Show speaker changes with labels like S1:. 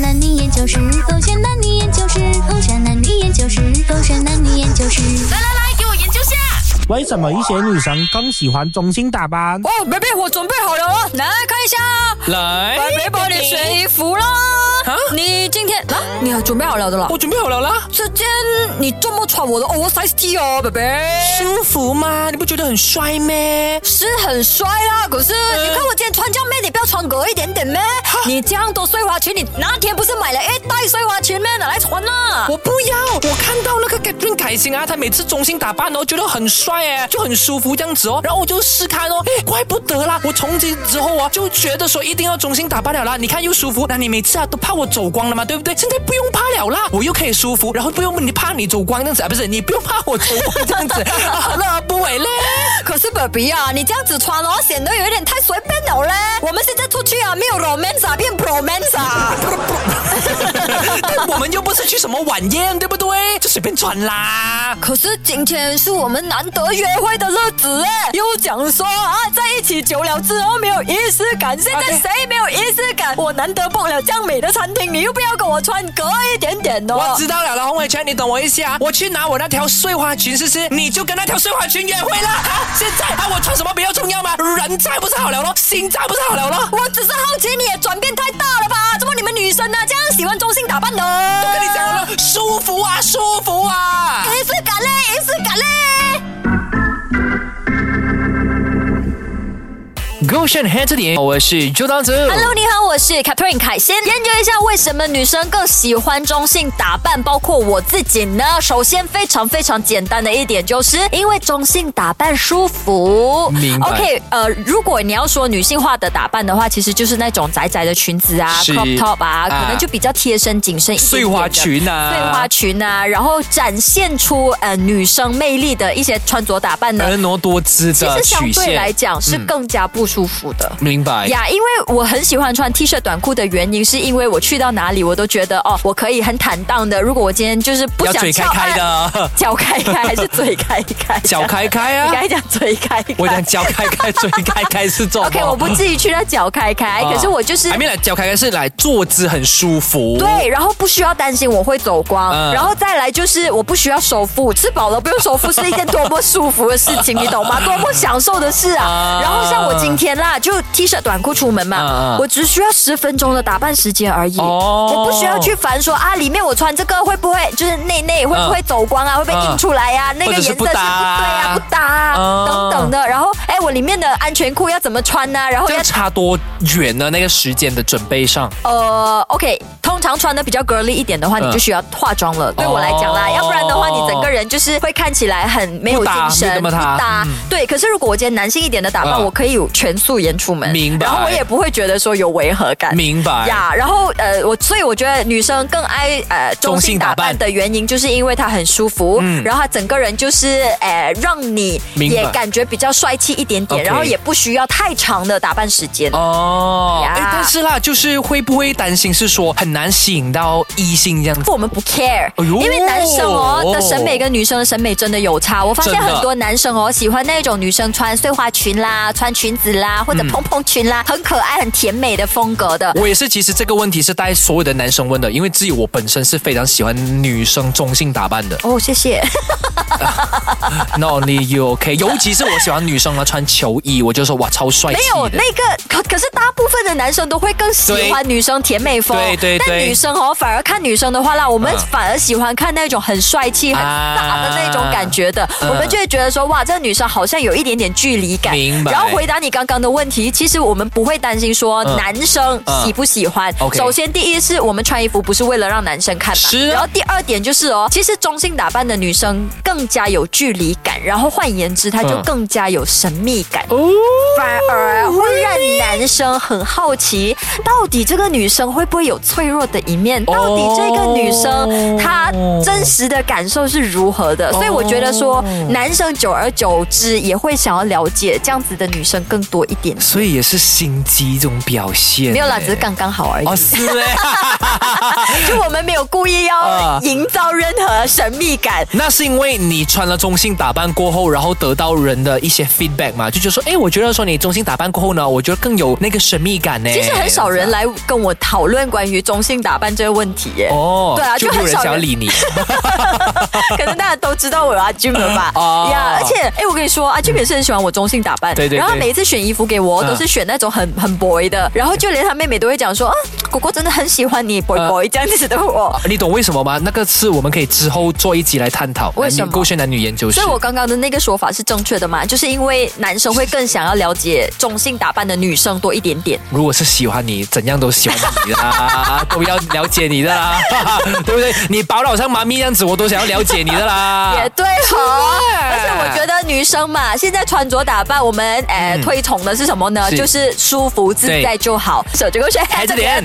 S1: 男女研究室，狗血男女研究室，狗血男女研究室，狗血男女研究室。
S2: 来来来，给我研究下。
S3: 为什么一些女生更喜欢中性打扮？
S4: 哦，baby，我准备好了哦，来看一下。
S5: 来，
S4: baby，帮你选衣服啦。
S5: 啊
S4: 你今天啊，你好准备好了的啦？
S5: 我准备好了啦，
S4: 哦这件你这么穿我的 oversize T 哦，baby，
S5: 舒服吗？你不觉得很帅咩？
S4: 是很帅啦。可是你看我今天穿这样咩，你不要穿格一点点咩？你这样多碎花裙，你那天不是买了一袋碎花裙咩？拿来穿啊。
S5: 我不要，我看到那个 Catherine 凯欣啊，她每次中性打扮哦，觉得很帅哎，就很舒服这样子哦，然后我就试看哦，哎，怪不得啦，我从今之后啊，就觉得说一定要中性打扮了啦，你看又舒服，那你每次啊都怕我走光了嘛，对不对？现在不用怕了啦，我又可以舒服，然后不用你怕你走光这样子啊，不是，你不用怕我走光这样子，啊好了，不为嘞。
S4: 可是 baby 啊，你这样子穿哦，显得有一点太随便了嘞。我们现在出去啊，没有 romance 啊，变 bromance 啊。
S5: 但我们又不是去什么晚宴，对不对？就随便穿啦。
S4: 可是今天是我们难得约会的日子哎，又讲说啊，在一起久了之后没有仪式感，现在
S5: OK
S4: 谁没有仪式感？我难得蹦了这样美的餐厅，你又不要跟我穿隔一点点的、
S5: 我知道了，了，红伟圈，你懂我意思啊？我去拿我那条碎花裙试试，你就跟那条碎花裙约会啦。 好，现在啊，我穿什么比较重要吗？人在不是好了咯，心在不是好了咯。
S4: 我只是好奇，你也转变太大了吧？怎么你们女生呢、啊这样喜欢中性打扮的？
S5: 我跟你讲
S4: 哎
S5: 了，舒服啊，舒服啊。
S4: 仪式感嘞，仪式感嘞。
S5: Go s h a n hand 这里，我是周当子。
S4: Hello，你好，我是 Catherine 凯欣。研究一下为什么女生更喜欢中性打扮，包括我自己呢？首先，非常非常简单的一点就是，因为中性打扮舒服。
S5: 明白
S4: OK，呃，如果你要说女性化的打扮的话，其实就是那种窄窄的裙子啊
S5: 是
S4: ，crop top
S5: 啊
S4: 啊，可能就比较贴身紧身一点点
S5: 碎
S4: 的
S5: 花裙啊
S4: 碎花裙啊，然后展现出呃女生魅力的一些穿着打扮呢，
S5: 挪多姿
S4: 啊其实相对来讲是
S5: 嗯
S4: 更加不舒服的。
S5: 明白
S4: 呀因为我很喜欢穿 T 恤短裤的原因，是因为我去到哪里我都觉得哦，我可以很坦荡的。如果我今天就是不
S5: 要
S4: 想
S5: 嘴开
S4: 翘
S5: 开
S4: 岸，
S5: 的，
S4: 脚开开还是嘴开开？
S5: 脚开开
S4: 你
S5: 啊
S4: 刚。才讲嘴开 开，
S5: 我讲哦脚开开，嘴开开是做哦
S4: OK，我不至于去到脚开开，可是我就是
S5: 还没来脚开开是来坐姿很舒服。
S4: 对，然后不需要担心我会走光，
S5: 哦嗯
S4: 然后再来就是我不需要首付，吃饱了不用首付是一件多么舒服的事情，你 懂吗？多么享受的事啊！
S5: 啊
S4: 然后像我今天啦，就 T 恤短裤出门嘛，
S5: 嗯嗯
S4: 我只需要十分钟的打扮时间而已，
S5: 哦
S4: 我不需要去烦说啊，里面我穿这个会不会就是内内会不会走光啊，会不会印出来呀、那
S5: 嗯或
S4: 个
S5: 者
S4: 颜
S5: 是
S4: 色是不
S5: 不
S4: 对
S5: 搭
S4: 啊，不搭、啊、
S5: 哦
S4: 等等的。然后哎，我里面的安全裤要怎么穿呢、然后
S5: 这
S4: 哦要
S5: 样差多远呢？那个时间的准备上，
S4: 呃，OK，通常穿的比较 girly 一点的话，
S5: 嗯
S4: 你就需要化妆了。对我来讲啦，
S5: 哦
S4: 要不然的话，你整个人就是会看起来很没有
S5: 不
S4: 精
S5: 搭
S4: 神，
S5: 没那么搭嗯
S4: 对，可是如果我今天男性一点的打扮，
S5: 嗯
S4: 我可以有全素颜出门，
S5: 明白
S4: 然后我也不会觉得说有违和感。
S5: 明白？
S4: 呃呀然后呃，我所以我觉得女生更爱呃中
S5: 中
S4: 性
S5: 性
S4: 打
S5: 打扮
S4: 扮的原因，就是因为她很舒服，
S5: 嗯
S4: 然后她整个人就是呃让你
S5: 明白
S4: 也感觉比较帅气一点点，
S5: OK
S4: 然后也不需要太长的打扮时间。
S5: 哦，
S4: 呀
S5: 哎，但是啦，就是会不会担心是说很难吸引到异性这样子？
S4: 我们不 care，、
S5: 哎呦
S4: 因为男生哦的审美跟女生的审美真的有差。我发现
S5: 真的
S4: 很多男生哦喜欢那种女生穿碎花裙啦、穿裙子啦或者
S5: 嗯
S4: 蓬蓬裙啦，很可爱、很甜美的风格的。
S5: 我也是，其实这个问题是带所有的男生问的，因为自己我本身是非常喜欢女生中性打扮的
S4: 哦，谢谢。
S5: ，Not only you OK，尤其是我喜欢女生呢穿球衣，我就说哇超帅气
S4: 没有
S5: 的
S4: 那个，可可是大部分的男生都会更喜欢女生甜美风，
S5: 对对对
S4: 但
S5: 对
S4: 女生哦，反而看女生的话啦，我们
S5: 嗯啊
S4: 反而喜欢看那种很帅气、很飒的那种感觉的，
S5: 嗯
S4: 我们就会觉得说，哇，这个女生好像有一点点距离感。
S5: 明白
S4: 然后回答你刚刚的问题，其实我们不会担心说
S5: 嗯
S4: 男生喜不喜欢。
S5: OK
S4: 首先，第一是我们穿衣服不是为了让男生看嘛，
S5: 是啊
S4: 然后第二点就是哦，其实中性打扮的女生更加有距离感，然后换言之，她就
S5: 嗯
S4: 更加有神秘感。
S5: 哦，
S4: 反而会让男生很好奇，到底这个女生会不会有脆弱的一面？
S5: 哦
S4: 到底这个女生她真实的感受是如何
S5: 哦
S4: 的？所以我觉得说，男生久而久之也会想要了解这样子的女生更多一点。
S5: 所以也是心机一种表现。
S4: 没有啦，
S5: 哎
S4: 只是刚刚好而已。
S5: 哦是哎。
S4: 就我们没有故意要
S5: 啊
S4: 营造任何神秘感。
S5: 那是因为你你穿了中性打扮过后，然后得到人的一些 feedback 嘛，就觉得说，哎，我觉得说你中性打扮过后呢，我觉得更有那个神秘感呢。
S4: 其实很少人来跟我讨论关于中性打扮这个问题耶。
S5: 哦，
S4: 对啊
S5: 就
S4: 就
S5: 没有
S4: 很
S5: 人
S4: 少
S5: 想要
S4: 人
S5: 理 你。
S4: 可能大家都知道我有阿俊了吧？
S5: 哦
S4: 呀，而且哎，我跟你说，阿俊也是很喜欢我中性打扮，
S5: 对对对
S4: 然后他每一次选衣服给我，都是选那种很很 boy 的，然后就连他妹妹都会讲说啊，果果真的很喜欢你
S5: 呃
S4: boy boy 这样子的 我。
S5: 啊你懂为什么吗？那个是我们可以之后做一集来探讨
S4: 为什么
S5: 男女勾选男女研究室
S4: 所以，。我刚刚的那个说法是正确的嘛？就是因为男生会更想要了解中性打扮的女生多一点点。
S5: 如果是喜欢你，怎样都喜欢你的 啦，都要了解你的啦， 对不对？你保老像妈咪样子，我都想要了解你的啦。
S4: 也对哦，而且我觉
S5: 得
S4: 得女生嘛，现在穿着打扮，我们诶、呃推崇的是什么呢？
S5: 嗯是
S4: 就是舒服自在就好。手机勾选，哎
S5: 孩子点。